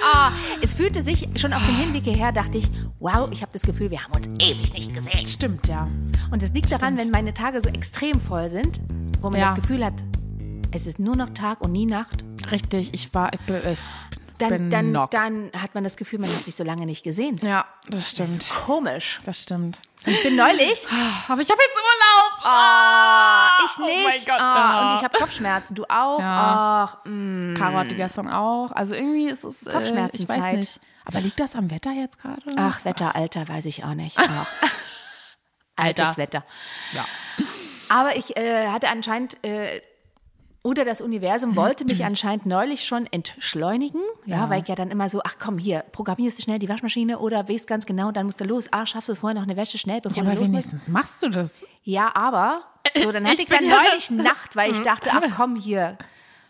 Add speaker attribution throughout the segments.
Speaker 1: Ah, fühlte sich schon auf dem Hinweg hierher, dachte ich, wow, ich habe das Gefühl, wir haben uns ewig nicht gesehen.
Speaker 2: Stimmt, ja.
Speaker 1: Und es liegt daran, wenn meine Tage so extrem voll sind, wo man
Speaker 2: Ja.
Speaker 1: das Gefühl hat, es ist nur noch Tag und nie Nacht,
Speaker 2: Richtig, ich war. Ich bin, äh, ich
Speaker 1: dann,
Speaker 2: bin
Speaker 1: dann,
Speaker 2: knock.
Speaker 1: dann hat man das Gefühl, man hat sich so lange nicht gesehen.
Speaker 2: Ja, das
Speaker 1: Das ist
Speaker 2: stimmt.
Speaker 1: komisch.
Speaker 2: Das stimmt.
Speaker 1: Ich bin neulich,
Speaker 2: Aber ich habe jetzt Urlaub. Ah,
Speaker 1: ich nicht.
Speaker 2: Oh mein Gott.
Speaker 1: ah, und
Speaker 2: ja.
Speaker 1: ich habe Kopfschmerzen, du auch.
Speaker 2: Ja.
Speaker 1: Ach, mm.
Speaker 2: Karotte gestern auch. Also irgendwie ist es. Äh, ich
Speaker 1: Kopfschmerzenzeit.
Speaker 2: weiß nicht. Aber liegt das am Wetter jetzt gerade?
Speaker 1: Ach, Wetter, Alter, weiß ich auch nicht. Ach. Altes
Speaker 2: Alter.
Speaker 1: Wetter.
Speaker 2: Ja.
Speaker 1: Aber ich äh, hatte anscheinend, äh, oder das
Speaker 2: Mhm.
Speaker 1: Universum wollte mich anscheinend neulich schon entschleunigen, ja, weil ich ja dann immer so, ach komm, hier, programmierst du schnell die Waschmaschine oder weißt ganz genau, dann musst du los. Ach, schaffst du es vorher noch eine Wäsche schnell, bevor
Speaker 2: Ja,
Speaker 1: du
Speaker 2: aber
Speaker 1: los musst?
Speaker 2: wenigstens machst du das.
Speaker 1: Ja, aber, so, dann hatte ich,
Speaker 2: bin
Speaker 1: dann
Speaker 2: ja-
Speaker 1: neulich Nacht, weil ich dachte, ach komm, hier,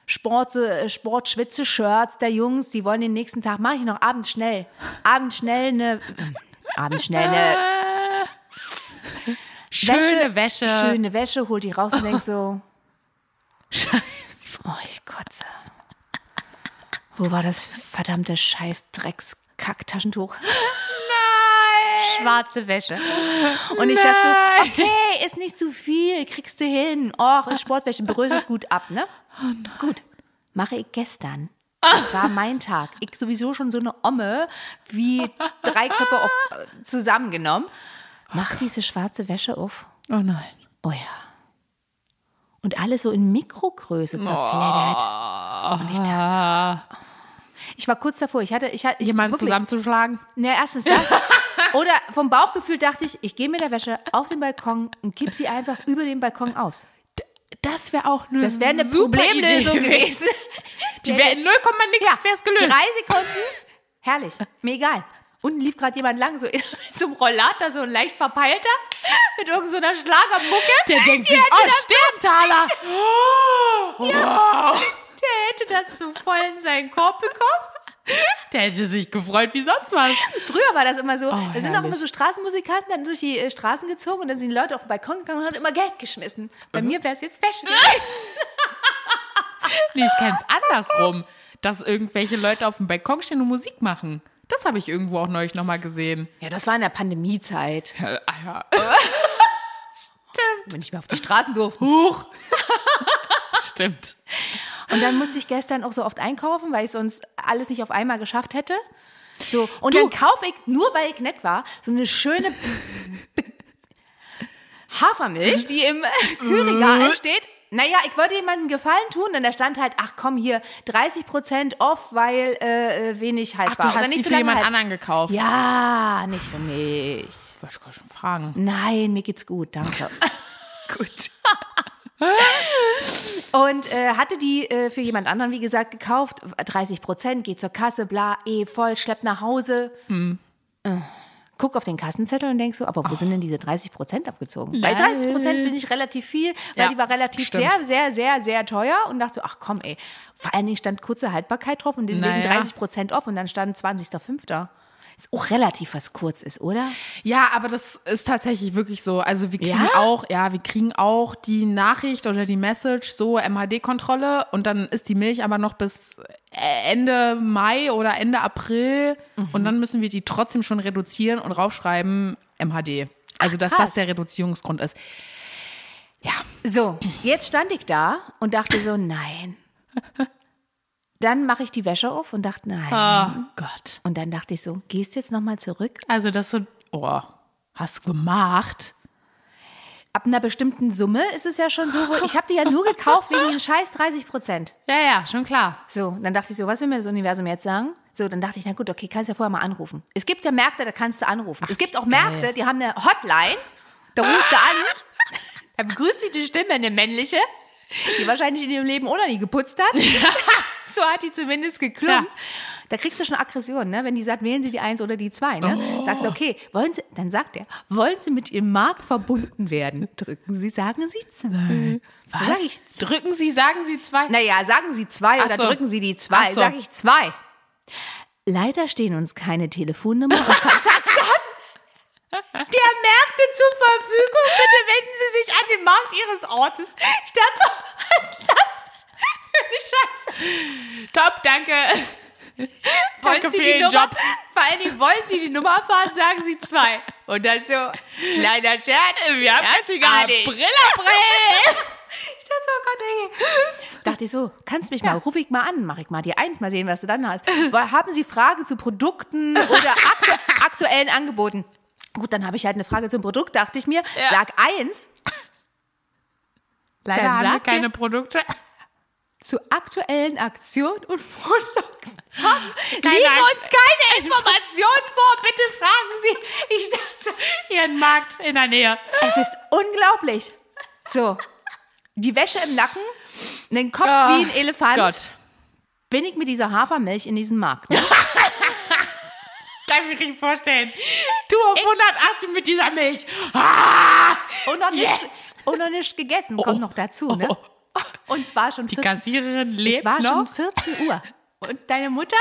Speaker 1: Sport, äh, Sport, Schwitze, Shirts der Jungs, die wollen den nächsten Tag, mache ich noch abends schnell, abends schnell eine, abends schnell eine
Speaker 2: Schöne Wäsche.
Speaker 1: Schöne Wäsche, hol die raus und denk so. Scheiße. Oh, ich kotze. Wo war das verdammte scheiß drecks kack taschentuch Nein! Schwarze Wäsche. Und ich dachte so, okay, ist nicht zu viel, kriegst du hin. Och, ist Sportwäsche, bröselt gut ab, ne? Gut, mache ich gestern. War mein Tag. Ich sowieso schon so eine Omme, wie drei Köpfe auf, äh, zusammengenommen. Mach diese schwarze Wäsche auf.
Speaker 2: Oh nein.
Speaker 1: Oh ja. Und alles so in Mikrogröße zerfleddert. Und ich dachte, so, ich war kurz davor. Ich hatte, ich hatte, ich
Speaker 2: Jemanden
Speaker 1: wirklich-
Speaker 2: zusammenzuschlagen.
Speaker 1: Na, erstens das. Oder vom Bauchgefühl dachte ich, ich gehe mit der Wäsche auf den Balkon und kipp sie einfach über den Balkon aus.
Speaker 2: Das wäre auch eine
Speaker 1: Das wäre eine
Speaker 2: super
Speaker 1: Problemlösung
Speaker 2: Idee
Speaker 1: gewesen.
Speaker 2: Die wäre in 0, nix
Speaker 1: Ja,
Speaker 2: wär's gelöst.
Speaker 1: drei Sekunden. Herrlich. Mir egal. Unten lief gerade jemand lang, so in, zum Rollator, so ein leicht verpeilter, mit irgendeiner so einer Schlagermucke.
Speaker 2: Der denkt
Speaker 1: Die
Speaker 2: sich,
Speaker 1: hätte
Speaker 2: oh,
Speaker 1: das
Speaker 2: Sterntaler.
Speaker 1: Der hätte das so voll in seinen Korb bekommen.
Speaker 2: Der hätte sich gefreut wie sonst was.
Speaker 1: Früher war das immer so, da sind auch
Speaker 2: Oh, herrlich.
Speaker 1: immer so Straßenmusikanten dann durch die äh, Straßen gezogen und dann sind die Leute auf den Balkon gegangen und haben immer Geld geschmissen. Bei
Speaker 2: Mhm.
Speaker 1: mir wäre es jetzt Fashion.
Speaker 2: Nee, ich kenn's andersrum. Dass irgendwelche Leute auf dem Balkon stehen und Musik machen. Das habe ich irgendwo auch neulich nochmal gesehen.
Speaker 1: ja, das war in der Pandemiezeit,
Speaker 2: Ja, ah ja.
Speaker 1: wenn ich mehr auf die Straßen durfte.
Speaker 2: Huch. Stimmt.
Speaker 1: Und dann musste ich gestern auch so oft einkaufen, weil ich sonst alles nicht auf einmal geschafft hätte. So, und dann kaufe ich, nur weil ich nett war, so eine schöne Be- Hafermilch, die im Kühlregal steht. Naja, ich wollte jemandem Gefallen tun und da stand halt, ach komm hier, 30% off, weil äh, äh, wenig haltbar.
Speaker 2: Ach, du
Speaker 1: oder
Speaker 2: hast
Speaker 1: nicht
Speaker 2: nicht
Speaker 1: so
Speaker 2: für
Speaker 1: lange
Speaker 2: jemand
Speaker 1: haltbar.
Speaker 2: anderen gekauft.
Speaker 1: Ja, nicht für mich.
Speaker 2: Ich wollte gerade schon fragen.
Speaker 1: Nein, mir geht's gut, danke.
Speaker 2: Gut.
Speaker 1: Und äh, hatte die äh, für jemand anderen, wie gesagt, gekauft. 30 Prozent, geht zur Kasse, bla, eh voll, schleppt nach Hause.
Speaker 2: Mhm.
Speaker 1: Äh, Guck auf den Kassenzettel und denkst so, aber wo sind denn diese 30 Prozent abgezogen? Bei 30 Prozent finde ich relativ viel, weil
Speaker 2: Ja,
Speaker 1: die war relativ
Speaker 2: stimmt.
Speaker 1: sehr, sehr, sehr, sehr teuer und dachte so, ach komm ey. Vor allen Dingen stand kurze Haltbarkeit drauf und deswegen
Speaker 2: Naja.
Speaker 1: 30 Prozent off und dann stand 20.05. Ist auch relativ, was kurz ist, oder?
Speaker 2: Ja, aber das ist tatsächlich wirklich so. Also wir kriegen
Speaker 1: Ja?
Speaker 2: auch, ja, wir kriegen auch die Nachricht oder die Message, so MHD-Kontrolle und dann ist die Milch aber noch bis äh, Ende Mai oder Ende April und dann müssen wir die trotzdem schon reduzieren und raufschreiben MHD. Also dass
Speaker 1: krass.
Speaker 2: das der Reduzierungsgrund ist. Ja,
Speaker 1: So, jetzt stand ich da und dachte so, nein. Dann mache ich die Wäsche auf und dachte, nein.
Speaker 2: oh Gott.
Speaker 1: Und dann dachte ich so, gehst jetzt nochmal zurück?
Speaker 2: Also das so, oh, hast du gemacht?
Speaker 1: Ab einer bestimmten Summe ist es ja schon so, wo- ich habe die ja nur gekauft wegen den scheiß 30 Prozent.
Speaker 2: Ja, ja, schon klar.
Speaker 1: So, und dann dachte ich so, was will mir das Universum jetzt sagen? So, dann dachte ich, na gut, okay, kannst ja vorher mal anrufen. Es gibt ja Märkte, da kannst du anrufen. es gibt auch Märkte, die haben eine Hotline, da rufst du an, da begrüßt dich die Stimme, eine männliche, die wahrscheinlich in ihrem Leben ohne nie geputzt hat. so hat die zumindest geklungen.
Speaker 2: Ja.
Speaker 1: Da kriegst du schon Aggression, ne? wenn die sagt, wählen sie die Eins oder die Zwei. Ne? Sagst du, okay, wollen sie, dann sagt er, wollen sie mit ihrem Markt verbunden werden? Drücken sie, sagen sie Zwei. Was? Sag ich,
Speaker 2: Drücken Sie, sagen Sie zwei.
Speaker 1: naja, sagen Sie zwei
Speaker 2: Ach
Speaker 1: oder
Speaker 2: so.
Speaker 1: drücken Sie die zwei.
Speaker 2: Ach so.
Speaker 1: Sag ich zwei. Leider stehen uns keine Telefonnummer und Kontaktdaten der Märkte zur Verfügung. Bitte wenden Sie sich an den Markt Ihres Ortes. Ich dachte, so, was ist das für eine Scheiße?
Speaker 2: Top, danke.
Speaker 1: Wollen
Speaker 2: Danke
Speaker 1: Sie
Speaker 2: für
Speaker 1: die
Speaker 2: Ihren
Speaker 1: Nummer?
Speaker 2: Job.
Speaker 1: Vor allen Dingen wollen Sie die Nummer fahren, sagen Sie zwei. Und dann so, kleiner Scherz.
Speaker 2: Wir haben
Speaker 1: Scherz
Speaker 2: jetzt gar nicht.
Speaker 1: April,
Speaker 2: April!
Speaker 1: Ich dachte, so, oh Gott, ey. Dachte ich so, kannst mich mal, ruf ich mal an, mach ich mal die eins, mal sehen, was du dann hast. Wo- Haben Sie Fragen zu Produkten oder aktu aktuellen Angeboten? Gut, dann habe ich halt eine Frage zum Produkt, dachte ich mir.
Speaker 2: Ja.
Speaker 1: Sag eins
Speaker 2: Leider
Speaker 1: Dann
Speaker 2: haben wir
Speaker 1: sagt ihr-
Speaker 2: keine Produkte.
Speaker 1: zu aktuellen Aktionen und Produkten. Lies
Speaker 2: Keine Angst.
Speaker 1: uns keine Informationen vor, bitte fragen Sie. Ich dachte,
Speaker 2: Ihren Markt in der Nähe.
Speaker 1: Es ist unglaublich. So, die Wäsche im Nacken, einen Kopf
Speaker 2: Ah,
Speaker 1: wie ein Elefant.
Speaker 2: Gott.
Speaker 1: Bin ich mit dieser Hafermilch in diesem Markt? Ne?
Speaker 2: Kann ich mir richtig vorstellen. Du auf 180 mit dieser Milch. Ah!
Speaker 1: Und noch nicht,
Speaker 2: Yes!
Speaker 1: und noch nicht gegessen. Kommt noch dazu, ne?
Speaker 2: Oh.
Speaker 1: Und es war schon
Speaker 2: Die
Speaker 1: 14,
Speaker 2: Kassiererin
Speaker 1: es
Speaker 2: lebt
Speaker 1: war schon
Speaker 2: noch.
Speaker 1: 14 Uhr. Und deine Mutter?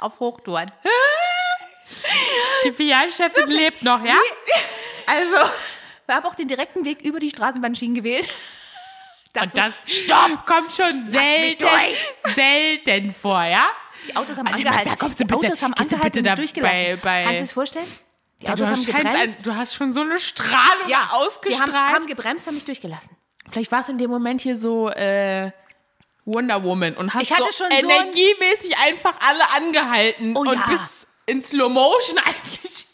Speaker 1: Auf Hochtouren.
Speaker 2: Die Filialchefin lebt noch, ja?
Speaker 1: Also, wir haben auch den direkten Weg über die Straßenbahnschienen gewählt.
Speaker 2: Und das Stopp kommt schon
Speaker 1: mich
Speaker 2: selten, selten vor, ja?
Speaker 1: Die Autos haben
Speaker 2: Mann,
Speaker 1: angehalten.
Speaker 2: da kommst du
Speaker 1: die
Speaker 2: bitte-
Speaker 1: Autos haben
Speaker 2: gehst du
Speaker 1: angehalten
Speaker 2: bitte da
Speaker 1: und durchgelassen.
Speaker 2: bei- bei-
Speaker 1: Kannst du es vorstellen? Die
Speaker 2: Du,
Speaker 1: Autos haben
Speaker 2: scheinst
Speaker 1: gebremst.
Speaker 2: ein- du hast schon so eine Strahlung
Speaker 1: ja,
Speaker 2: ausgestrahlt.
Speaker 1: Die haben, haben gebremst, haben mich durchgelassen.
Speaker 2: Vielleicht warst du in dem Moment hier so äh, Wonder Woman und hast
Speaker 1: Ich hatte
Speaker 2: so
Speaker 1: schon so ein-
Speaker 2: energiemäßig einfach alle angehalten
Speaker 1: Oh
Speaker 2: und
Speaker 1: ja.
Speaker 2: bist in Slow Motion eigentlich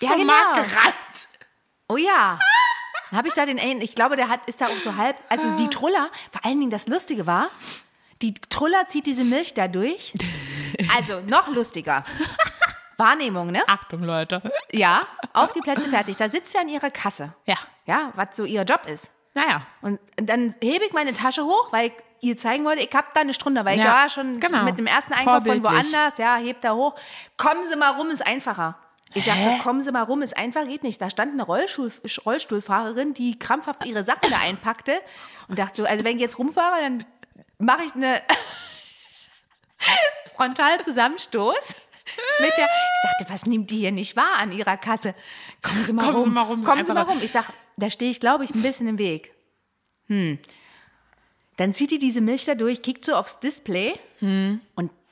Speaker 1: Ja,
Speaker 2: vom
Speaker 1: genau.
Speaker 2: Markt gerannt.
Speaker 1: Oh ja. Dann habe ich da den einen, ich glaube, der hat, ist da auch so halb, also die Truller, vor allen Dingen das Lustige war, die Truller zieht diese Milch da durch. Also noch lustiger. Wahrnehmung, ne?
Speaker 2: Achtung, Leute.
Speaker 1: Ja, auf die Plätze fertig. Da sitzt sie an ihrer Kasse.
Speaker 2: Ja,
Speaker 1: Ja, was so ihr Job ist.
Speaker 2: naja.
Speaker 1: Und dann hebe ich meine Tasche hoch, weil ich ihr zeigen wollte, ich habe da eine Stunde, weil ich
Speaker 2: Ja,
Speaker 1: war schon
Speaker 2: genau.
Speaker 1: mit dem ersten Einkauf von
Speaker 2: Vorbildlich.
Speaker 1: woanders, ja, heb da hoch. Kommen Sie mal rum, ist einfacher. Ich sagte, kommen Sie mal rum, ist einfach, geht nicht. Da stand eine Rollstuhl, Rollstuhlfahrerin, die krampfhaft ihre Sachen da einpackte und dachte so, also wenn ich jetzt rumfahre, dann mache ich eine Frontalzusammenstoß. Mit der, ich dachte, was nimmt die hier nicht wahr an ihrer Kasse? Kommen Sie mal
Speaker 2: Kommen
Speaker 1: rum.
Speaker 2: Sie mal rum, ist
Speaker 1: Kommen Sie mal
Speaker 2: einfacher.
Speaker 1: rum. Ich sag, da stehe ich, glaube ich, ein bisschen im Weg. Hm. Dann zieht die diese Milch da durch, kickt so aufs Display und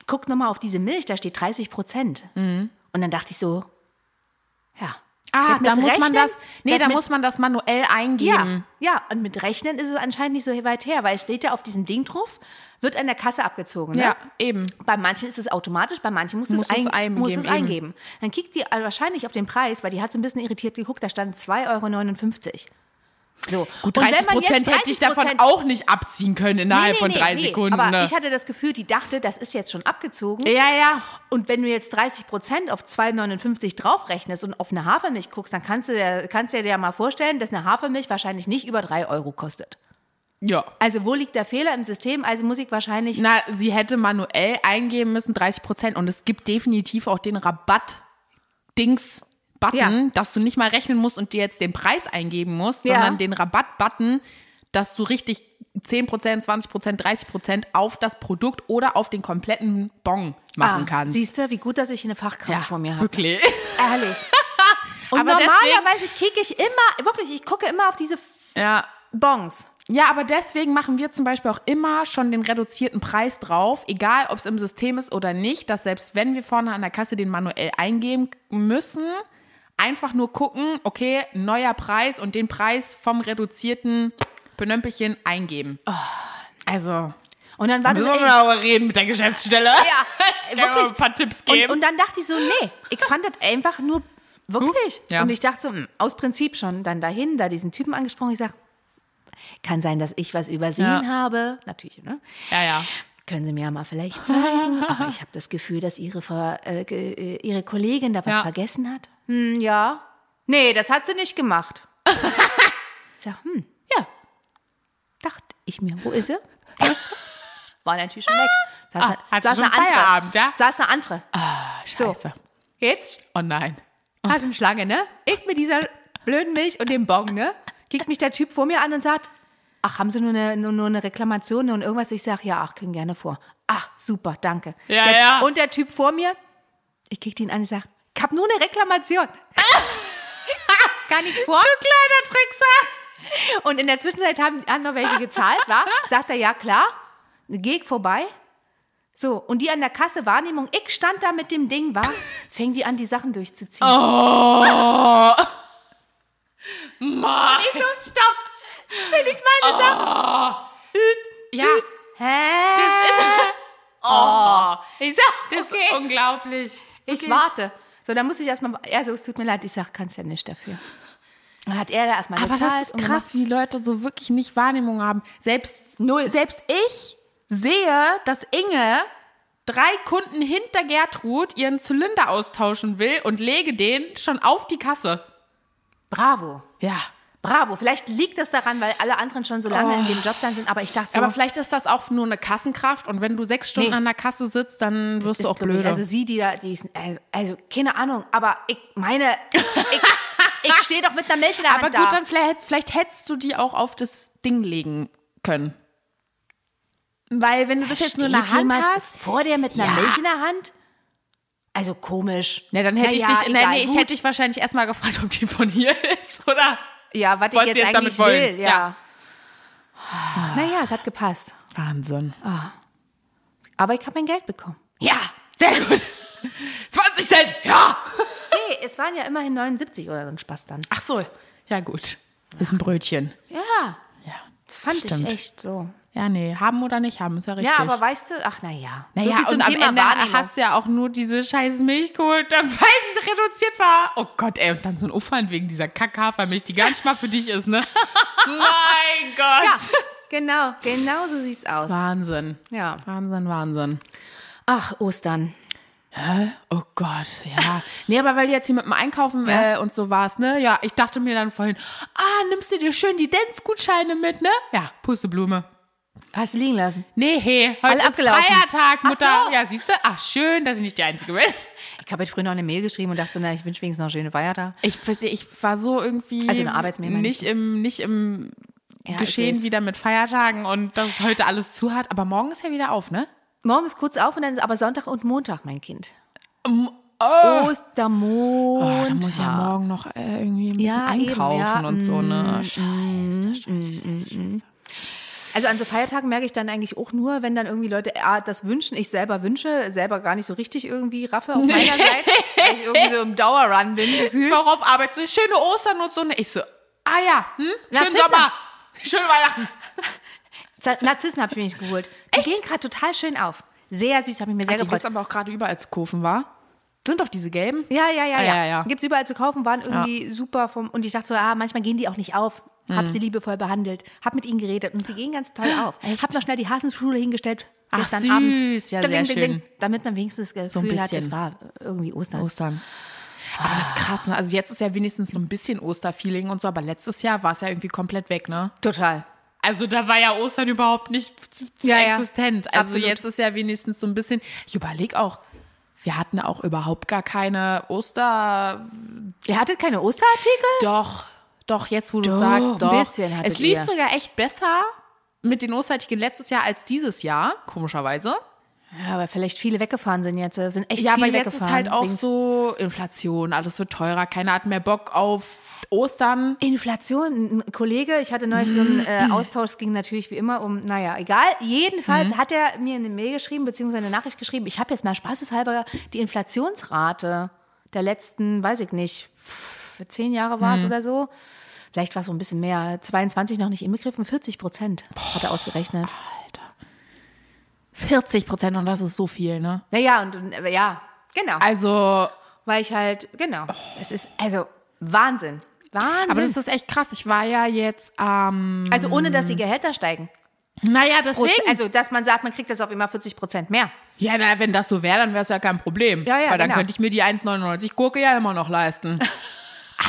Speaker 1: guckt nochmal auf diese Milch, da steht 30 Prozent. Und dann dachte ich so, ja. das
Speaker 2: Ah,
Speaker 1: mit
Speaker 2: da muss man
Speaker 1: Rechnen,
Speaker 2: das, nee,
Speaker 1: das
Speaker 2: da
Speaker 1: mit-
Speaker 2: muss man das manuell
Speaker 1: ja,
Speaker 2: eingeben.
Speaker 1: ja, und mit Rechnen ist es anscheinend nicht so weit her, weil es steht ja auf diesem Ding drauf, wird an der Kasse abgezogen. Ne?
Speaker 2: eben.
Speaker 1: Bei manchen ist es automatisch, bei manchen muss,
Speaker 2: Muss
Speaker 1: es, ein,
Speaker 2: es eingeben,
Speaker 1: muss es
Speaker 2: eben.
Speaker 1: eingeben. Dann kickt die also wahrscheinlich auf den Preis, weil die hat so ein bisschen irritiert geguckt, da stand 2,59 Euro. So.
Speaker 2: Gut,
Speaker 1: Und wenn
Speaker 2: 30
Speaker 1: man jetzt
Speaker 2: Prozent hätte ich davon
Speaker 1: 30%
Speaker 2: auch nicht abziehen können innerhalb von drei Sekunden.
Speaker 1: Aber
Speaker 2: ne?
Speaker 1: ich hatte das Gefühl, die dachte, das ist jetzt schon abgezogen.
Speaker 2: ja, ja.
Speaker 1: Und wenn du jetzt 30 Prozent auf 2,59 draufrechnest und auf eine Hafermilch guckst, dann kannst du, dir- kannst du dir ja mal vorstellen, dass eine Hafermilch wahrscheinlich nicht über 3 Euro kostet.
Speaker 2: Ja.
Speaker 1: Also wo liegt der Fehler im System? Also muss ich wahrscheinlich...
Speaker 2: Na, sie hätte manuell eingeben müssen 30 Prozent und es gibt definitiv auch den Rabatt-Dings-Button,
Speaker 1: Ja.
Speaker 2: dass du nicht mal rechnen musst und dir jetzt den Preis eingeben musst,
Speaker 1: Ja.
Speaker 2: sondern den Rabatt-Button, dass du richtig 10 Prozent, 20 Prozent, 30 Prozent auf das Produkt oder auf den kompletten Bon machen kannst.
Speaker 1: Siehst du, Ah, wie gut, dass ich eine Fachkraft
Speaker 2: ja,
Speaker 1: vor mir habe.
Speaker 2: wirklich.
Speaker 1: Ehrlich. Und
Speaker 2: Aber deswegen-
Speaker 1: normalerweise kicke ich immer, wirklich, ich gucke immer auf diese F
Speaker 2: ja.
Speaker 1: Bons.
Speaker 2: Ja, aber deswegen machen wir zum Beispiel auch immer schon den reduzierten Preis drauf, egal ob es im System ist oder nicht, dass selbst wenn wir vorne an der Kasse den manuell eingeben müssen, einfach nur gucken, okay, neuer Preis und den Preis vom reduzierten Benömpelchen eingeben. Also,
Speaker 1: Und dann war das, Oh, ey,
Speaker 2: darüber reden mit der Geschäftsstelle.
Speaker 1: ja,
Speaker 2: Kann man
Speaker 1: wirklich.
Speaker 2: ein paar Tipps
Speaker 1: Und,
Speaker 2: geben?
Speaker 1: und dann dachte ich so, nee, ich fand das einfach nur wirklich.
Speaker 2: ja.
Speaker 1: Und ich dachte so, hm, aus Prinzip schon, dann dahin, da diesen Typen angesprochen, ich sag, kann sein, dass ich was übersehen
Speaker 2: Ja.
Speaker 1: habe. Natürlich, ne?
Speaker 2: Ja, ja.
Speaker 1: Können Sie mir ja mal vielleicht zeigen. Aber ich habe das Gefühl, dass Ihre, Ver äh, ge- äh, Ihre Kollegin da was
Speaker 2: Ja.
Speaker 1: vergessen hat. Hm, ja. Nee, das hat sie nicht gemacht. ich sag, hm,
Speaker 2: Ja.
Speaker 1: dachte ich mir, wo ist sie? War natürlich schon weg. Saß,
Speaker 2: Ah, hat sie schon Feierabend, ja?
Speaker 1: saß eine andere.
Speaker 2: Scheiße.
Speaker 1: Ah, Jetzt
Speaker 2: Oh nein.
Speaker 1: Kassenschlange, ne? Ich mit dieser blöden Milch und dem Bon, ne? Kickt mich der Typ vor mir an und sagt, ach, haben Sie nur eine, nur, nur eine Reklamation ne? und irgendwas? Ich sage, ja, ach, können gerne vor. Ach, super, danke.
Speaker 2: Ja,
Speaker 1: der,
Speaker 2: ja.
Speaker 1: Und der Typ vor mir, ich kick ihn an und sage, ich hab nur eine Reklamation. Gar nicht vor. Du kleiner Trickser. Und in der Zwischenzeit haben, haben noch welche gezahlt, war? Sagt er, ja, klar. Dann Geh ich vorbei, So, und die an der Kasse Wahrnehmung, ich stand da mit dem Ding, war, fängt die an, die Sachen durchzuziehen.
Speaker 2: Mann.
Speaker 1: Ich so, stopp, will ich meine Sachen.
Speaker 2: Oh. Ja,
Speaker 1: Hä? Das ist, oh. Ich
Speaker 2: das
Speaker 1: sag, okay.
Speaker 2: ist unglaublich.
Speaker 1: Ich
Speaker 2: Wirklich.
Speaker 1: warte. So, dann muss ich erstmal, also es tut mir leid, ich sag, kannst ja nicht dafür. Dann hat er da erstmal
Speaker 2: Aber
Speaker 1: bezahlt.
Speaker 2: das ist
Speaker 1: und gemacht.
Speaker 2: krass, wie Leute so wirklich nicht Wahrnehmung haben. Selbst,
Speaker 1: Null.
Speaker 2: selbst ich sehe, dass Inge drei Kunden hinter Gertrud ihren Zylinder austauschen will und lege den schon auf die Kasse.
Speaker 1: Bravo.
Speaker 2: Ja.
Speaker 1: Bravo. Vielleicht liegt das daran, weil alle anderen schon so lange in dem Job dann sind, aber ich dachte so,
Speaker 2: Oh. Aber vielleicht ist das auch nur eine Kassenkraft und wenn du sechs Stunden
Speaker 1: Nee.
Speaker 2: an der Kasse sitzt, dann wirst
Speaker 1: ist
Speaker 2: du auch
Speaker 1: dumm.
Speaker 2: blöder.
Speaker 1: Also sie, die da, die ist, also- also keine Ahnung, aber ich meine, ich, ich stehe doch mit einer Milch in der
Speaker 2: Aber
Speaker 1: Hand halt da.
Speaker 2: gut, dann vielleicht, vielleicht hättest du die auch auf das Ding legen können. Weil wenn du das jetzt nur in der
Speaker 1: Steht
Speaker 2: Hand
Speaker 1: jemand
Speaker 2: hast.
Speaker 1: vor dir mit einer
Speaker 2: Ja.
Speaker 1: Milch in der Hand? Also komisch.
Speaker 2: Ne, dann hätte
Speaker 1: Na
Speaker 2: ich
Speaker 1: ja,
Speaker 2: dich,
Speaker 1: egal,
Speaker 2: nee, nee, ich
Speaker 1: gut.
Speaker 2: hätte dich wahrscheinlich erstmal gefragt, ob die von hier ist, oder?
Speaker 1: Ja, was ich
Speaker 2: Wolltest
Speaker 1: jetzt,
Speaker 2: du jetzt
Speaker 1: eigentlich
Speaker 2: damit wollen?
Speaker 1: will, ja. Naja, es hat gepasst.
Speaker 2: Wahnsinn.
Speaker 1: Aber ich habe mein Geld bekommen.
Speaker 2: Ja, sehr gut. 20 Cent, ja.
Speaker 1: Nee, es waren ja immerhin 79 oder so ein Spaß dann.
Speaker 2: Ach so, ja gut. Ist ein Brötchen.
Speaker 1: Ja,
Speaker 2: Ja.
Speaker 1: das fand
Speaker 2: Stimmt.
Speaker 1: ich echt so.
Speaker 2: Ja, nee, haben oder nicht haben, ist ja richtig.
Speaker 1: Ja, aber weißt du, ach naja.
Speaker 2: naja,
Speaker 1: so viel zum
Speaker 2: und am
Speaker 1: Thema
Speaker 2: Ende
Speaker 1: Wahrnehmung.
Speaker 2: hast du ja auch nur diese scheiß Milch geholt, dann, weil diese reduziert war. Oh Gott, ey, und dann so ein Aufwand wegen dieser Kackhafermilch, die gar nicht mal für dich ist, ne? mein Gott.
Speaker 1: ja, genau, genau so sieht's aus.
Speaker 2: Wahnsinn.
Speaker 1: Ja.
Speaker 2: Wahnsinn, Wahnsinn.
Speaker 1: Ach, Ostern.
Speaker 2: Oh Gott, ja. Nee, aber weil du jetzt hier mit dem Einkaufen äh, und so warst, ne? Ja, ich dachte mir dann vorhin, ah, nimmst du dir schön die Dance-Gutscheine mit, ne? Ja, Pusteblume.
Speaker 1: Hast du liegen lassen?
Speaker 2: Nee, hey, heute
Speaker 1: Alle
Speaker 2: ist
Speaker 1: abgelaufen.
Speaker 2: Feiertag,
Speaker 1: Ach
Speaker 2: Mutter.
Speaker 1: so.
Speaker 2: Ja, siehst du? Ach, schön, dass ich nicht die Einzige bin.
Speaker 1: Ich habe heute früh noch eine Mail geschrieben und dachte so, na, ich wünsche wenigstens noch schöne Feiertage.
Speaker 2: Ich, weiß nicht, ich war so irgendwie
Speaker 1: Also im Arbeitsmehl meine ich.
Speaker 2: nicht im, nicht im
Speaker 1: Ja, ich
Speaker 2: Geschehen
Speaker 1: weiß.
Speaker 2: wieder mit Feiertagen und dass es heute alles zu hat. Aber morgen ist ja wieder auf, ne?
Speaker 1: Morgen ist kurz auf und dann ist aber Sonntag und Montag, mein Kind.
Speaker 2: Oh,
Speaker 1: Ah. Ostermond.
Speaker 2: dann muss ich ja morgen noch äh, irgendwie ein bisschen
Speaker 1: Ja, eben,
Speaker 2: einkaufen
Speaker 1: ja.
Speaker 2: und so, ne? Scheiße, scheiße, scheiße, scheiße.
Speaker 1: Also an so Feiertagen merke ich dann eigentlich auch nur, wenn dann irgendwie Leute A, das wünschen, ich selber wünsche, selber gar nicht so richtig irgendwie raffe auf meiner Seite, weil ich irgendwie so im Dauerrun bin gefühlt.
Speaker 2: Worauf arbeitest du? Schöne Ostern und so. ne? Ich so, ah ja, hm? schönen
Speaker 1: Narzissten.
Speaker 2: Sommer, schöne Weihnachten.
Speaker 1: Z- Narzissen habe ich mir nicht geholt. Die gehen gerade total schön auf. Sehr süß, habe ich mir sehr
Speaker 2: Die
Speaker 1: gefreut.
Speaker 2: gibt's aber auch gerade überall zu kaufen, war? Sind doch diese gelben?
Speaker 1: Ja, ja, ja,
Speaker 2: Ah,
Speaker 1: ja.
Speaker 2: ja, ja.
Speaker 1: Gibt es überall zu kaufen, waren irgendwie super vom. Und ich dachte so, ah, manchmal gehen die auch nicht auf.
Speaker 2: Mhm.
Speaker 1: Hab sie liebevoll behandelt, hab mit ihnen geredet und sie gehen ganz toll auf. Hab noch schnell die Hasenschule hingestellt
Speaker 2: Ach,
Speaker 1: gestern
Speaker 2: süß.
Speaker 1: Abend.
Speaker 2: Ja,
Speaker 1: Ding,
Speaker 2: sehr
Speaker 1: ding,
Speaker 2: schön.
Speaker 1: ding, damit man wenigstens das
Speaker 2: ein
Speaker 1: Gefühl hat,
Speaker 2: bisschen.
Speaker 1: es war irgendwie Ostern.
Speaker 2: Ostern. Aber das ist krass, ne? Also jetzt ist ja wenigstens so ein bisschen Osterfeeling und so, aber letztes Jahr war es ja irgendwie komplett weg, ne?
Speaker 1: Total.
Speaker 2: Also da war ja Ostern überhaupt nicht z- z-
Speaker 1: Ja, ja.
Speaker 2: existent. Also
Speaker 1: Absolut.
Speaker 2: jetzt ist ja wenigstens so ein bisschen. Ich überlege auch, wir hatten auch überhaupt gar keine Oster.
Speaker 1: Ihr hattet keine Osterartikel?
Speaker 2: Doch, doch, jetzt wo du
Speaker 1: Doch, ein
Speaker 2: sagst, doch.
Speaker 1: bisschen hattet
Speaker 2: es lief
Speaker 1: ihr.
Speaker 2: sogar echt besser mit den Osterartikeln letztes Jahr als dieses Jahr, komischerweise.
Speaker 1: Ja, aber vielleicht viele weggefahren sind jetzt. Da Sind echt
Speaker 2: Ja,
Speaker 1: viele
Speaker 2: aber jetzt ist
Speaker 1: weggefahren.
Speaker 2: halt auch
Speaker 1: wegen
Speaker 2: so Inflation, alles wird teurer, keiner hat mehr Bock auf Ostern.
Speaker 1: Inflation, ein Kollege, ich hatte neulich so einen
Speaker 2: Mm.
Speaker 1: äh, Austausch, es ging natürlich wie immer um, naja, egal. Jedenfalls
Speaker 2: Mm.
Speaker 1: hat er mir eine Mail geschrieben, beziehungsweise eine Nachricht geschrieben. Ich habe jetzt mal spaßeshalber die Inflationsrate der letzten, weiß ich nicht, pff, zehn Jahre war es
Speaker 2: Mm.
Speaker 1: oder so. Vielleicht war es so ein bisschen mehr. 22 noch nicht im Begriff, 40 Prozent hat er ausgerechnet.
Speaker 2: 40 Prozent und das ist so viel, ne?
Speaker 1: Naja, und, und äh, ja, genau.
Speaker 2: Also
Speaker 1: Weil ich halt, genau. Es ist, also, Wahnsinn.
Speaker 2: Aber das
Speaker 1: Wahnsinn.
Speaker 2: ist echt krass. Ich war ja jetzt, ähm,
Speaker 1: Also, ohne dass die Gehälter steigen.
Speaker 2: naja, deswegen.
Speaker 1: Proz- Also, dass man sagt, man kriegt das auf immer 40 Prozent mehr.
Speaker 2: ja, na, wenn das so wäre, dann wäre es ja kein Problem.
Speaker 1: Ja, ja,
Speaker 2: Weil dann
Speaker 1: genau.
Speaker 2: könnte ich mir die 1,99 Gurke ja immer noch leisten.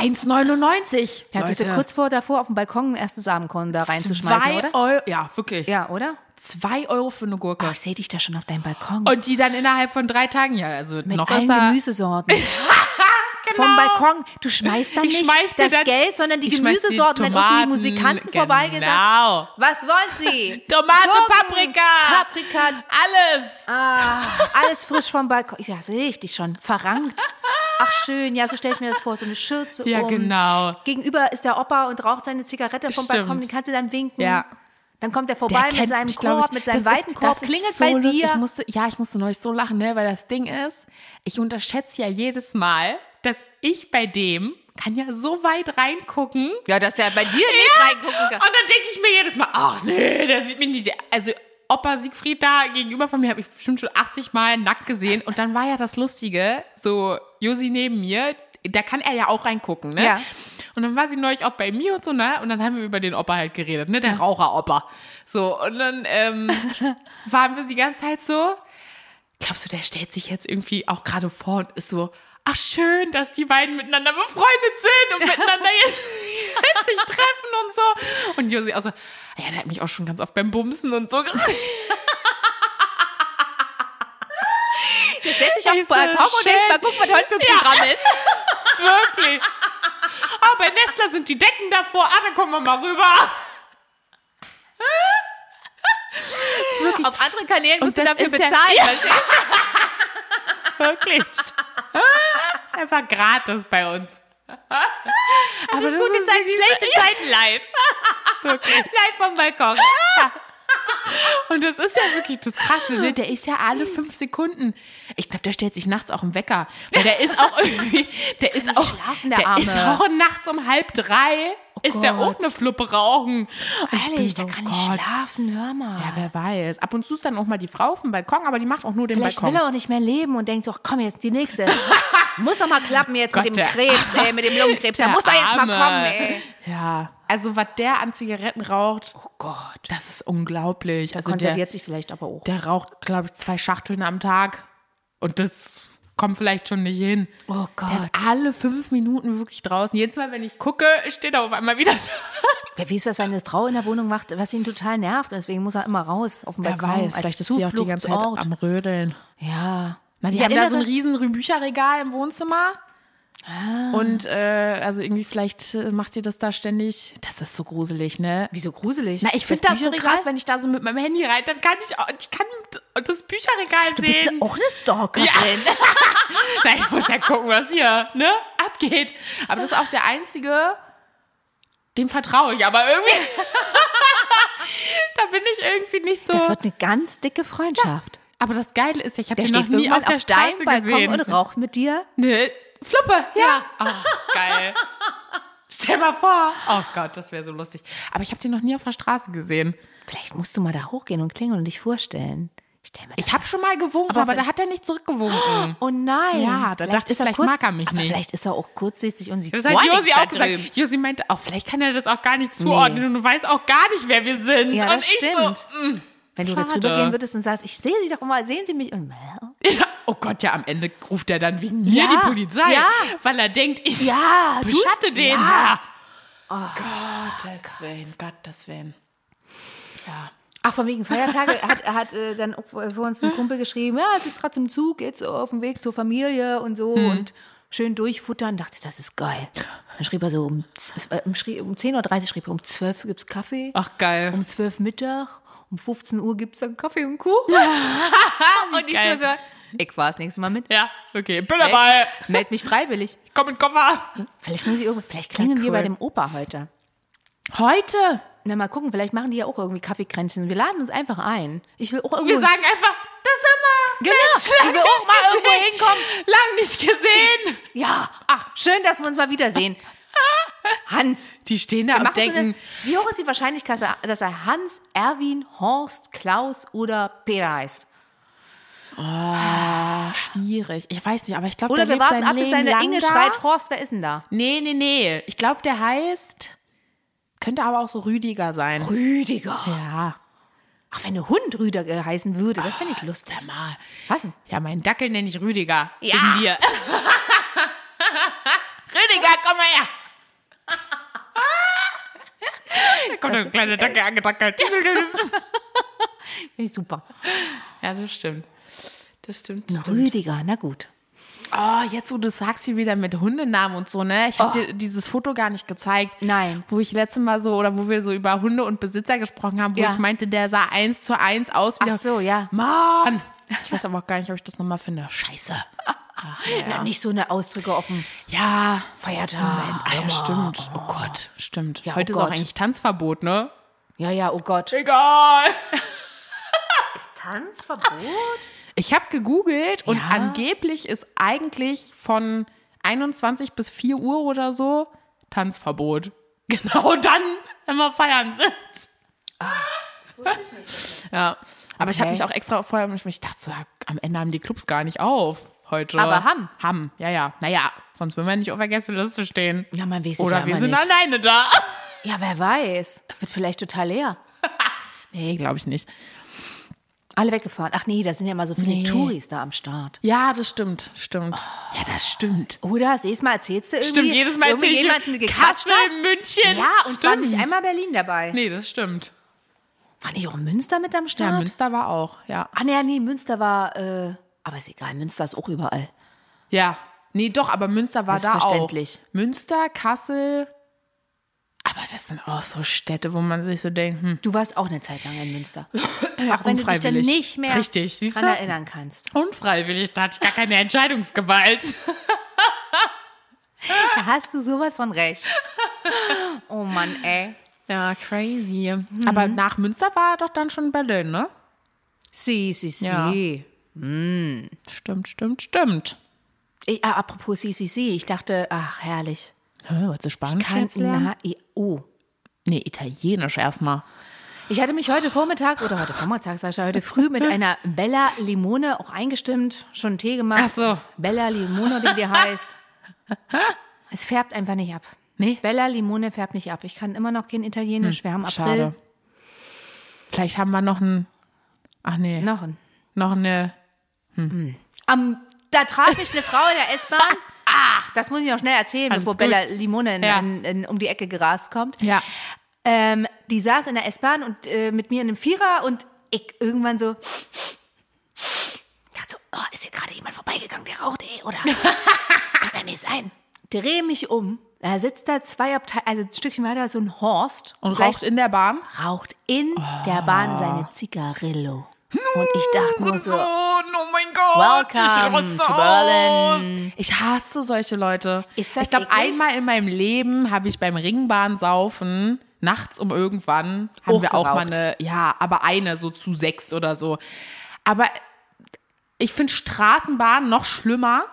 Speaker 2: 1,99.
Speaker 1: Ja, bist du
Speaker 2: Leute.
Speaker 1: kurz vor davor, auf dem Balkon ein erstes Samenkorn da reinzuschmeißen,
Speaker 2: zwei
Speaker 1: oder?
Speaker 2: Euro, ja, wirklich.
Speaker 1: Ja, oder?
Speaker 2: 2 Euro für eine Gurke.
Speaker 1: Ach, ich sehe dich da schon auf deinem Balkon.
Speaker 2: Und die dann innerhalb von drei Tagen, ja, also
Speaker 1: mit
Speaker 2: noch
Speaker 1: allen
Speaker 2: ist er, Genau.
Speaker 1: Gemüsesorten. Vom Balkon. Du schmeißt dann
Speaker 2: Ich
Speaker 1: nicht
Speaker 2: schmeiß dir
Speaker 1: das
Speaker 2: dann-
Speaker 1: Geld, sondern die
Speaker 2: ich schmeiß die
Speaker 1: Gemüsesorten, wenn irgendwie die
Speaker 2: Tomaten,
Speaker 1: Musikanten
Speaker 2: genau.
Speaker 1: vorbeigehen. sagen, Was wollen sie?
Speaker 2: Tomate,
Speaker 1: Gurken,
Speaker 2: Paprika.
Speaker 1: Paprika,
Speaker 2: Alles.
Speaker 1: ah, alles frisch vom Balkon. Ja, sehe ich dich schon. Verrankt. Ach schön, ja, so stelle ich mir das vor, so eine Schürze
Speaker 2: Ja,
Speaker 1: um.
Speaker 2: genau.
Speaker 1: Gegenüber ist der Opa und raucht seine Zigarette vom
Speaker 2: Stimmt.
Speaker 1: Balkon, den kannst du dann winken.
Speaker 2: Ja.
Speaker 1: Dann kommt er
Speaker 2: Der
Speaker 1: vorbei mit
Speaker 2: kennt
Speaker 1: seinem
Speaker 2: mich, glaub
Speaker 1: Korb,
Speaker 2: ich.
Speaker 1: mit seinem
Speaker 2: Das ist-
Speaker 1: weiten Korb,
Speaker 2: das ist
Speaker 1: klingelt
Speaker 2: so
Speaker 1: bei
Speaker 2: lustig. Ich
Speaker 1: dir.
Speaker 2: musste, ja, ich musste neulich so lachen, ne? weil das Ding ist, ich unterschätze ja jedes Mal, dass ich bei dem kann ja so weit reingucken.
Speaker 1: Ja, dass der bei dir nicht reingucken
Speaker 2: Und dann denke ich mir jedes Mal, ach nee, der sieht mich nicht. Also Opa Siegfried da gegenüber von mir habe ich bestimmt schon 80 Mal nackt gesehen. Und dann war ja das Lustige, so Josi neben mir, da kann er ja auch reingucken, ne?
Speaker 1: Ja.
Speaker 2: Und dann war sie neulich auch bei mir und so, ne? Und dann haben wir über den Opa halt geredet, ne? Der Raucher-Opa. So, und dann ähm, waren wir die ganze Zeit so, glaubst du, der stellt sich jetzt irgendwie auch gerade vor und ist so, ach schön, dass die beiden miteinander befreundet sind und miteinander jetzt, jetzt sich treffen und so. Und Josi auch so, ja, der hat mich auch schon ganz oft beim Bumsen und so gesehen.
Speaker 1: Der stellt sich auf den
Speaker 2: Diese
Speaker 1: Balkon und denkt,
Speaker 2: Schäden.
Speaker 1: mal gucken, was heute für ein Programm ist.
Speaker 2: Wirklich. Ah, bei Nestler sind die Decken davor. Ah, dann kommen wir mal rüber.
Speaker 1: Auf anderen Kanälen musst du
Speaker 2: das
Speaker 1: dafür
Speaker 2: ist ja-
Speaker 1: bezahlen. verstehst du?
Speaker 2: Wirklich. ist einfach gratis bei uns. Aber das ist
Speaker 1: Gute Zeiten, schlechte Zeiten live. live vom Balkon.
Speaker 2: Und das ist ja wirklich das Krasse, ne? Der ist ja alle fünf Sekunden. Ich glaube, der stellt sich nachts auch einen Wecker. Weil der ist auch irgendwie, der ist auch,
Speaker 1: schlafen, der
Speaker 2: der
Speaker 1: Arme. Oh
Speaker 2: ist auch nachts um halb drei, ist der
Speaker 1: Gott.
Speaker 2: auch eine Fluppe rauchen. Und ich bin
Speaker 1: Ehrlich, da
Speaker 2: so,
Speaker 1: kann ich
Speaker 2: Gott.
Speaker 1: schlafen, hör mal.
Speaker 2: Ja, wer weiß. Ab und zu ist dann auch mal die Frau auf dem Balkon, aber die macht auch nur den
Speaker 1: Vielleicht
Speaker 2: Balkon.
Speaker 1: will er auch nicht mehr leben und denkt so, ach, komm, jetzt die nächste. muss doch mal klappen jetzt
Speaker 2: Gott,
Speaker 1: mit dem
Speaker 2: der-
Speaker 1: Krebs, ey, mit dem Lungenkrebs. Da
Speaker 2: Der
Speaker 1: muss doch jetzt mal
Speaker 2: Arme.
Speaker 1: kommen, ey.
Speaker 2: Ja. Also, was der an Zigaretten raucht,
Speaker 1: Oh Gott.
Speaker 2: das ist unglaublich. Also, der,
Speaker 1: Konserviert sich vielleicht aber auch.
Speaker 2: der raucht, glaube ich, zwei Schachteln am Tag. Und das kommt vielleicht schon nicht hin.
Speaker 1: Oh
Speaker 2: Der ist alle fünf Minuten wirklich draußen. Jedes Mal, wenn ich gucke, steht er auf einmal wieder da.
Speaker 1: Wer weiß, was seine Frau in der Wohnung macht, was ihn total nervt. Und Deswegen muss er immer raus auf den Balkon als Zufluchtsort.
Speaker 2: Rödeln.
Speaker 1: Ja.
Speaker 2: Na, die
Speaker 1: Ich
Speaker 2: haben da
Speaker 1: erinnere-
Speaker 2: so ein riesen Bücherregal im Wohnzimmer.
Speaker 1: Ah.
Speaker 2: Und äh, also irgendwie vielleicht äh, macht ihr das da ständig. Das ist so gruselig, ne?
Speaker 1: Wieso gruselig?
Speaker 2: Na, ich finde das so
Speaker 1: Bücherregal?
Speaker 2: krass, wenn ich da so mit meinem Handy reite, dann kann ich, auch- ich kann das Bücherregal
Speaker 1: Du bist
Speaker 2: sehen.
Speaker 1: auch eine Stalkerin.
Speaker 2: Na, ich muss ja gucken, was hier ne, abgeht. Aber das ist auch der einzige, dem vertraue ich. Aber irgendwie, da bin ich irgendwie nicht so.
Speaker 1: Das wird eine ganz dicke Freundschaft.
Speaker 2: aber das Geile ist ja, ich habe
Speaker 1: Der
Speaker 2: den noch
Speaker 1: steht
Speaker 2: nie auf
Speaker 1: irgendwann
Speaker 2: der
Speaker 1: auf
Speaker 2: Straße
Speaker 1: deinem Balkon
Speaker 2: gesehen.
Speaker 1: und raucht mit dir.
Speaker 2: Ne, Fluppe, ja. Ach, geil. Stell mal vor. Oh Gott, das wäre so lustig. Aber ich habe den noch nie auf der Straße gesehen.
Speaker 1: Vielleicht musst du mal da hochgehen und klingeln und dich vorstellen. Ich stell mir das
Speaker 2: Ich habe schon mal gewunken, aber,
Speaker 1: Aber wenn-
Speaker 2: da hat er nicht zurückgewunken.
Speaker 1: Oh nein.
Speaker 2: Ja, da dachte ich,
Speaker 1: ist
Speaker 2: vielleicht
Speaker 1: kurz,
Speaker 2: mag er mich
Speaker 1: aber
Speaker 2: nicht.
Speaker 1: Vielleicht ist er auch kurzsichtig und sieht
Speaker 2: Das hat
Speaker 1: gar
Speaker 2: Josi
Speaker 1: nichts da
Speaker 2: auch gesagt.
Speaker 1: drüben.
Speaker 2: Josi meinte, oh, vielleicht kann er das auch gar nicht zuordnen und weiß auch gar nicht, wer wir sind.
Speaker 1: Ja,
Speaker 2: und
Speaker 1: das
Speaker 2: ich
Speaker 1: stimmt. Wenn du jetzt
Speaker 2: schade.
Speaker 1: rübergehen würdest und sagst, ich sehe sie doch immer, sehen sie mich. Und,
Speaker 2: So, ja, oh Gott, ja, am Ende ruft er dann wegen mir
Speaker 1: Ja,
Speaker 2: die Polizei,
Speaker 1: ja.
Speaker 2: weil er denkt, ich
Speaker 1: ja, du
Speaker 2: beschatte den.
Speaker 1: Ja.
Speaker 2: Ja. Oh Gottes Willen, Gottes Willen.
Speaker 1: Ach, von wegen Feiertage hat, hat äh, dann auch für uns ein Kumpel geschrieben, ja, sitzt gerade im Zug, jetzt auf dem Weg zur Familie und so und schön durchfuttern. Dachte, das ist geil. Dann schrieb er so um, z- äh, um, schrie- um 10.30 Uhr, schrieb er, um 12 Uhr gibt es Kaffee.
Speaker 2: Ach, geil.
Speaker 1: Um 12 Mittag, um 15 Uhr gibt es dann Kaffee und Kuchen. und ich
Speaker 2: geil.
Speaker 1: nur so, ich fahr's nächstes Mal mit.
Speaker 2: Ja, okay, bin dabei.
Speaker 1: Meld mich freiwillig.
Speaker 2: Komm in den Koffer.
Speaker 1: Vielleicht muss ich irgendwo, vielleicht klingen
Speaker 2: Ja,
Speaker 1: wir
Speaker 2: cool.
Speaker 1: bei dem Opa heute.
Speaker 2: Heute?
Speaker 1: Na, mal gucken, vielleicht machen die ja auch irgendwie Kaffeekränzchen. Wir laden uns einfach ein. Ich will auch irgendwo.
Speaker 2: Wir sagen einfach, das
Speaker 1: genau,
Speaker 2: sind wir.
Speaker 1: ich will auch mal irgendwo hinkommen.
Speaker 2: Lang nicht gesehen.
Speaker 1: Ja, ach, schön, dass wir uns mal wiedersehen. Hans.
Speaker 2: Die stehen da
Speaker 1: Wir machen
Speaker 2: und
Speaker 1: so eine,
Speaker 2: denken,
Speaker 1: wie hoch ist die Wahrscheinlichkeit, dass er Hans, Erwin, Horst, Klaus oder Peter heißt?
Speaker 2: schwierig. Ich weiß nicht, aber ich glaube,
Speaker 1: Oder wir
Speaker 2: der lebt
Speaker 1: warten
Speaker 2: sein
Speaker 1: ab, bis
Speaker 2: Leben
Speaker 1: seine
Speaker 2: lang
Speaker 1: Inge
Speaker 2: da.
Speaker 1: schreit, Horst, wer ist denn da?
Speaker 2: Nee, nee, nee. Ich glaube, der heißt. Könnte aber auch so Rüdiger sein.
Speaker 1: Rüdiger.
Speaker 2: Ja.
Speaker 1: Ach, wenn der Hund Rüdiger heißen würde, das fände ich lustig.
Speaker 2: Mal.
Speaker 1: Was denn?
Speaker 2: Ja, meinen Dackel nenne ich Rüdiger.
Speaker 1: Ja.
Speaker 2: Wegen dir. Rüdiger, komm mal her. da kommt ein kleiner Dackel angedackelt.
Speaker 1: Finde ich super.
Speaker 2: ja, das stimmt. Das stimmt.
Speaker 1: Na, Rüdiger, na gut.
Speaker 2: Oh, jetzt, wo du es sagst, hier wieder mit Hundenamen und so, ne? Ich habe dir dieses Foto gar nicht gezeigt.
Speaker 1: Oh. Nein.
Speaker 2: Wo ich letztes Mal so, oder wo wir so über Hunde und Besitzer gesprochen haben, wo
Speaker 1: Ja.
Speaker 2: ich meinte, der sah eins zu eins aus. Wie
Speaker 1: Ach
Speaker 2: der-
Speaker 1: so, ja.
Speaker 2: Mann! Ich weiß aber auch gar nicht, ob ich das nochmal finde. Scheiße. Ach,
Speaker 1: Na,
Speaker 2: ja.
Speaker 1: nicht so eine Ausdrücke auf dem
Speaker 2: ja.
Speaker 1: Feiertag.
Speaker 2: Ah, ja, stimmt. Oh Gott, stimmt.
Speaker 1: Ja, oh
Speaker 2: Heute ist
Speaker 1: Gott.
Speaker 2: auch eigentlich Tanzverbot, ne?
Speaker 1: Ja, ja, oh Gott.
Speaker 2: Egal.
Speaker 1: Ist Tanzverbot?
Speaker 2: Ich habe gegoogelt und
Speaker 1: Ja.
Speaker 2: angeblich ist eigentlich von 21 bis 4 Uhr oder so Tanzverbot. Genau dann, wenn wir feiern sind. ja. Aber ich habe
Speaker 1: Okay.
Speaker 2: mich auch extra vorher, ich dachte so, ja, am Ende haben die Clubs gar nicht auf heute.
Speaker 1: Aber haben.
Speaker 2: Haben, ja, ja. Naja, sonst würden wir nicht auf der Gästeliste stehen.
Speaker 1: Ja, man weiß es ja
Speaker 2: Oder
Speaker 1: immer
Speaker 2: wir sind
Speaker 1: nicht.
Speaker 2: alleine da.
Speaker 1: Ja, wer weiß. Wird vielleicht total leer.
Speaker 2: Nee, glaube ich nicht.
Speaker 1: Alle weggefahren. Ach nee, da sind ja immer so viele
Speaker 2: Nee.
Speaker 1: Touris da am Start.
Speaker 2: Ja, das stimmt, stimmt.
Speaker 1: Oh.
Speaker 2: Ja, das stimmt.
Speaker 1: Oder das nächste Mal erzählst du irgendwie,
Speaker 2: Stimmt, jedes Mal
Speaker 1: dass du
Speaker 2: erzähl
Speaker 1: irgendwie
Speaker 2: ich jemanden
Speaker 1: jemanden gekatscht
Speaker 2: Kassel,
Speaker 1: hast.
Speaker 2: München.
Speaker 1: Ja, und zwar nicht
Speaker 2: Stimmt.
Speaker 1: einmal Berlin dabei.
Speaker 2: Nee, das stimmt.
Speaker 1: War nicht auch Münster mit am
Speaker 2: Ja,
Speaker 1: Start?
Speaker 2: Münster war auch, ja.
Speaker 1: Ach nee, nee, Münster war, äh, aber ist egal, Münster ist auch überall.
Speaker 2: Ja. Nee, doch, aber Münster war
Speaker 1: Das ist
Speaker 2: da auch.
Speaker 1: verständlich.
Speaker 2: Münster, Kassel. Aber das sind auch so Städte, wo man sich so denkt, hm,
Speaker 1: Du warst auch eine Zeit lang in Münster. Auch wenn du dich dann
Speaker 2: unfreiwillig.
Speaker 1: nicht mehr
Speaker 2: Richtig, siehst
Speaker 1: dran
Speaker 2: du?
Speaker 1: erinnern kannst.
Speaker 2: unfreiwillig, da hatte ich gar keine Entscheidungsgewalt.
Speaker 1: Da hast du sowas von recht. Oh Mann, ey.
Speaker 2: Ja, crazy. Mhm. Aber nach Münster war doch dann schon Berlin, ne?
Speaker 1: Si, si, si.
Speaker 2: Ja. Stimmt, stimmt, stimmt.
Speaker 1: Ich, ah, apropos si, si, si. Ich dachte, ach, herrlich.
Speaker 2: Hä, was ist Spanisch
Speaker 1: Kann,
Speaker 2: jetzt lernen?
Speaker 1: na, i, oh.
Speaker 2: Nee, Italienisch erstmal.
Speaker 1: Ich hatte mich heute Vormittag, oder heute Vormittag, sag ich ja, heute früh mit einer Bella Limone auch eingestimmt, schon einen Tee gemacht.
Speaker 2: Ach so.
Speaker 1: Bella Limone, wie die heißt. Es färbt einfach nicht ab.
Speaker 2: Nee.
Speaker 1: Bella Limone färbt nicht ab. Ich kann immer noch kein Italienisch. Wir haben April.
Speaker 2: Hm, Schade. Vielleicht haben wir noch ein. Ach nee.
Speaker 1: Noch ein.
Speaker 2: Noch eine.
Speaker 1: Am, da traf mich eine Frau in der S-Bahn. Ach, das muss ich noch schnell erzählen,
Speaker 2: Ah, Alles
Speaker 1: bevor
Speaker 2: gut.
Speaker 1: Bella Limone in,
Speaker 2: Ja.
Speaker 1: in, in, um die Ecke gerast kommt.
Speaker 2: Ja.
Speaker 1: Ähm, die saß in der S-Bahn und äh, mit mir in einem Vierer und ich irgendwann so. dachte so, oh, ist hier gerade jemand vorbeigegangen, der raucht, ey, oder? Kann ja nicht sein. Dreh mich um. Da sitzt da zwei Abteil, also ein Stückchen weiter so ein Horst.
Speaker 2: Und
Speaker 1: Vielleicht
Speaker 2: raucht in der Bahn?
Speaker 1: raucht in der Bahn seine Zigarillo. Und ich dachte nur so,
Speaker 2: oh mein Gott.
Speaker 1: Welcome
Speaker 2: ich raste
Speaker 1: to
Speaker 2: aus.
Speaker 1: Berlin.
Speaker 2: Ich hasse solche Leute.
Speaker 1: Ist das
Speaker 2: ich glaube,
Speaker 1: eklig?
Speaker 2: einmal in meinem Leben habe ich beim Ringbahnsaufen nachts um irgendwann haben wir auch mal
Speaker 1: Hochgeraucht.
Speaker 2: eine, ja, aber eine so zu sechs oder so. Aber ich finde Straßenbahn noch schlimmer,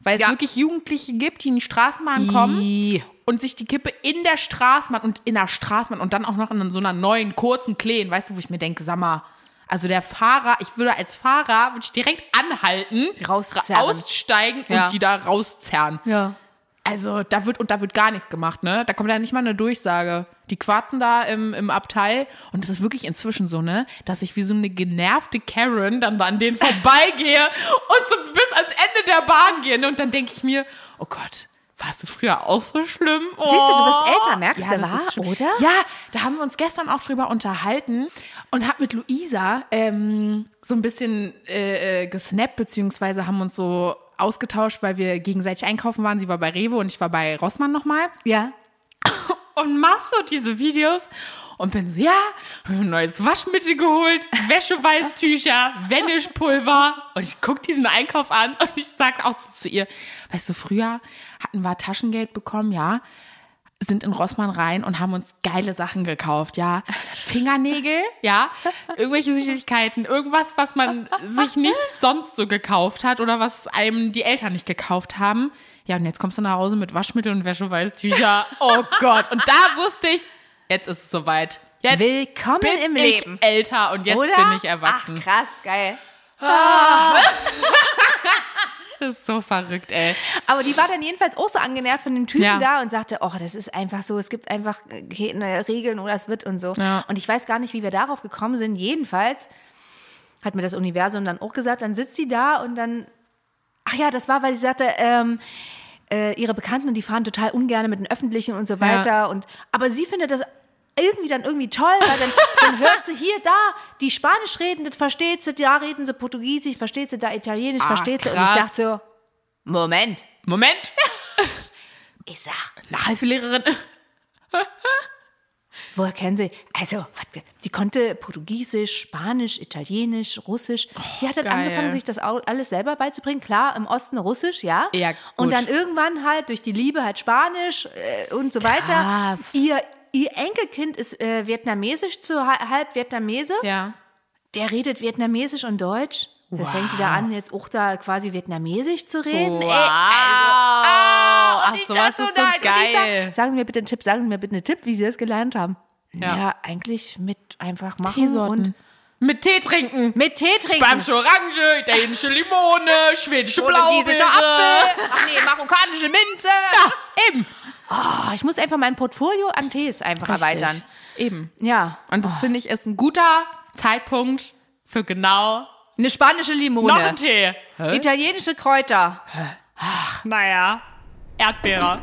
Speaker 2: weil es
Speaker 1: Ja.
Speaker 2: wirklich Jugendliche gibt, die in die Straßenbahn kommen.
Speaker 1: Ih.
Speaker 2: und sich die Kippe in der Straßenbahn und in der Straßenbahn und dann auch noch in so einer neuen kurzen Kleen, weißt du, wo ich mir denke, sag mal, also der Fahrer, ich würde als Fahrer würde ich direkt anhalten,
Speaker 1: Rauszerren.
Speaker 2: aussteigen und
Speaker 1: Ja.
Speaker 2: die da rauszerren.
Speaker 1: Ja.
Speaker 2: Also da wird und da wird gar nichts gemacht, ne? Da kommt ja nicht mal eine Durchsage. Die quarzen da im, im Abteil und es ist wirklich inzwischen so, ne, dass ich wie so eine genervte Karen dann da an denen vorbeigehe und so bis ans Ende der Bahn gehe. Ne? Und dann denke ich mir, oh Gott, warst du früher auch so schlimm? Oh.
Speaker 1: Siehst du, du bist älter, merkst du,
Speaker 2: das
Speaker 1: wa?
Speaker 2: ist schlimm.
Speaker 1: Oder?
Speaker 2: Ja, da haben wir uns gestern auch drüber unterhalten und hab mit Luisa ähm, so ein bisschen äh, äh, gesnappt, beziehungsweise haben uns so ausgetauscht, weil wir gegenseitig einkaufen waren. Sie war bei Rewe und ich war bei Rossmann nochmal
Speaker 1: Ja.
Speaker 2: und machst so diese Videos und bin so, ja, hab mir ein neues Waschmittel geholt, Wäscheweißtücher, Vanish-Pulver und ich guck diesen Einkauf an und ich sag auch so zu ihr, weißt du, früher hatten wir Taschengeld bekommen, ja, sind in Rossmann rein und haben uns geile Sachen gekauft, ja. Fingernägel, ja, irgendwelche Süßigkeiten, irgendwas, was man sich nicht sonst so gekauft hat oder was einem die Eltern nicht gekauft haben. Ja, und jetzt kommst du nach Hause mit Waschmittel und Wäscheweißtücher. Oh Gott. Und da wusste ich, jetzt ist es soweit. Jetzt
Speaker 1: Willkommen
Speaker 2: bin
Speaker 1: im
Speaker 2: ich
Speaker 1: Leben.
Speaker 2: älter und jetzt
Speaker 1: Oder?
Speaker 2: bin ich erwachsen.
Speaker 1: Ach, krass, geil.
Speaker 2: das ist so verrückt, ey.
Speaker 1: Aber die war dann jedenfalls auch so angenervt von dem Typen
Speaker 2: Ja.
Speaker 1: da und sagte, oh, das ist einfach so, es gibt einfach keine Regeln oder es wird und so.
Speaker 2: Ja.
Speaker 1: Und ich weiß gar nicht, wie wir darauf gekommen sind. Jedenfalls hat mir das Universum dann auch gesagt, dann sitzt sie da und dann, ach ja, das war, weil sie sagte, ähm, äh, ihre Bekannten, die fahren total ungern mit den Öffentlichen und so weiter. Und, aber sie findet das irgendwie dann irgendwie toll, weil dann, dann hört sie hier, da, die Spanisch reden, das versteht sie, da reden sie Portugiesisch, versteht sie, da Italienisch,
Speaker 2: Ah,
Speaker 1: versteht sie. Und ich
Speaker 2: krass.
Speaker 1: dachte so, Moment,
Speaker 2: Moment.
Speaker 1: ich sag,
Speaker 2: Nachhilfelehrerin.
Speaker 1: Woher kennen Sie? Also, was- die konnte Portugiesisch, Spanisch, Italienisch, Russisch. Die hat dann
Speaker 2: Oh, geil.
Speaker 1: angefangen, sich das au- alles selber beizubringen. Klar, im Osten Russisch, ja.
Speaker 2: Ja, gut.
Speaker 1: Und dann irgendwann halt durch die Liebe halt Spanisch äh, und so weiter.
Speaker 2: Krass.
Speaker 1: Ihr ihr Enkelkind ist äh, vietnamesisch, zu ha- halb Vietnamese.
Speaker 2: Ja.
Speaker 1: Der redet vietnamesisch und deutsch. Das fängt die da an, jetzt auch da quasi vietnamesisch zu reden. Ey,
Speaker 2: Wow.
Speaker 1: also,
Speaker 2: Ach
Speaker 1: und ich
Speaker 2: so,
Speaker 1: das
Speaker 2: was ist so
Speaker 1: nein. Und ich
Speaker 2: geil.
Speaker 1: Sag, sagen Sie mir bitte einen Tipp, sagen Sie mir bitte einen Tipp, wie Sie das gelernt haben.
Speaker 2: Ja.
Speaker 1: Ja, eigentlich mit einfach machen
Speaker 2: Teesorten.
Speaker 1: und
Speaker 2: Mit Tee trinken.
Speaker 1: mit Tee trinken.
Speaker 2: Spanische Orange, italienische Limone, schwedische
Speaker 1: Portugiesischer
Speaker 2: Blaubeere.
Speaker 1: Apfel. Ach nee, marokkanische Minze.
Speaker 2: Eben.
Speaker 1: Oh, ich muss einfach mein Portfolio an Tees einfach erweitern. Oh.
Speaker 2: Eben.
Speaker 1: Ja.
Speaker 2: Und das finde ich ist ein guter Zeitpunkt für genau
Speaker 1: Eine spanische
Speaker 2: noch
Speaker 1: Limone.
Speaker 2: einen Tee.
Speaker 1: Italienische Kräuter.
Speaker 2: Naja, Erdbeere.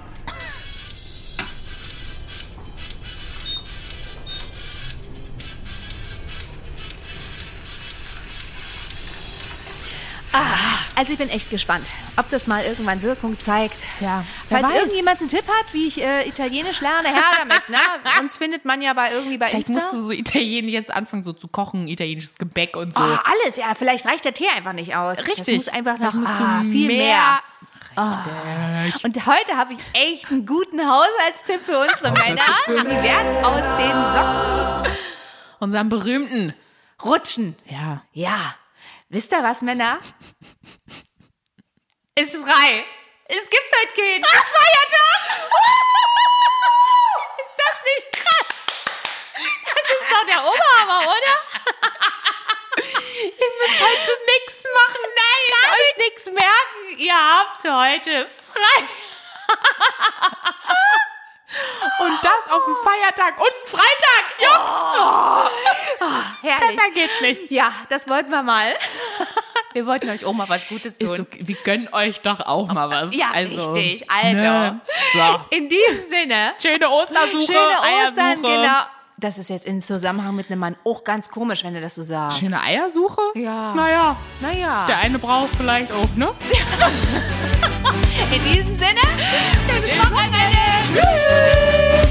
Speaker 1: Also ich bin echt gespannt, ob das mal irgendwann Wirkung zeigt.
Speaker 2: Ja, wer
Speaker 1: Falls
Speaker 2: weiß.
Speaker 1: irgendjemand einen Tipp hat, wie ich äh, Italienisch lerne, her damit. Ne? Uns findet man ja bei irgendwie bei
Speaker 2: Vielleicht musst
Speaker 1: Insta.
Speaker 2: du so Italienisch jetzt anfangen, so zu kochen, italienisches Gebäck und so.
Speaker 1: Ah, alles, ja, vielleicht reicht der Tee einfach nicht aus. Das muss einfach noch
Speaker 2: Vielleicht musst du
Speaker 1: ah, viel mehr. Ah.
Speaker 2: Richtig.
Speaker 1: Und heute habe ich echt einen guten Haushaltstipp für unsere Männer. Die werden aus den Socken
Speaker 2: Unseren berühmten.
Speaker 1: rutschen.
Speaker 2: Ja.
Speaker 1: Ja. Wisst ihr was, Männer? Ist frei. Es gibt heute keinen. Es ist Feiertag. ist das nicht krass? Das ist doch der Oberhammer, oder? Ihr müsst heute nichts machen. Nein, Gar euch nichts merken. Ihr habt heute frei.
Speaker 2: Und das auf dem Feiertag und einen Freitag. Jungs,
Speaker 1: Herrlich.
Speaker 2: besser geht's nicht.
Speaker 1: Ja, das wollten wir mal. Wir wollten euch auch mal was Gutes tun.
Speaker 2: Ist okay. Wir gönnen euch doch auch mal was.
Speaker 1: Ja,
Speaker 2: also,
Speaker 1: richtig. Also.
Speaker 2: Ne? So.
Speaker 1: In diesem Sinne.
Speaker 2: Schöne Ostersuche.
Speaker 1: Schöne Ostern,
Speaker 2: Eiersuche.
Speaker 1: genau. Das ist jetzt im Zusammenhang mit einem Mann auch ganz komisch, wenn du das so sagst.
Speaker 2: Schöne Eiersuche?
Speaker 1: Ja.
Speaker 2: Naja,
Speaker 1: Naja.
Speaker 2: der eine braucht vielleicht auch, ne?
Speaker 1: In diesem Sinne, schönes Wochenende. Tschüss.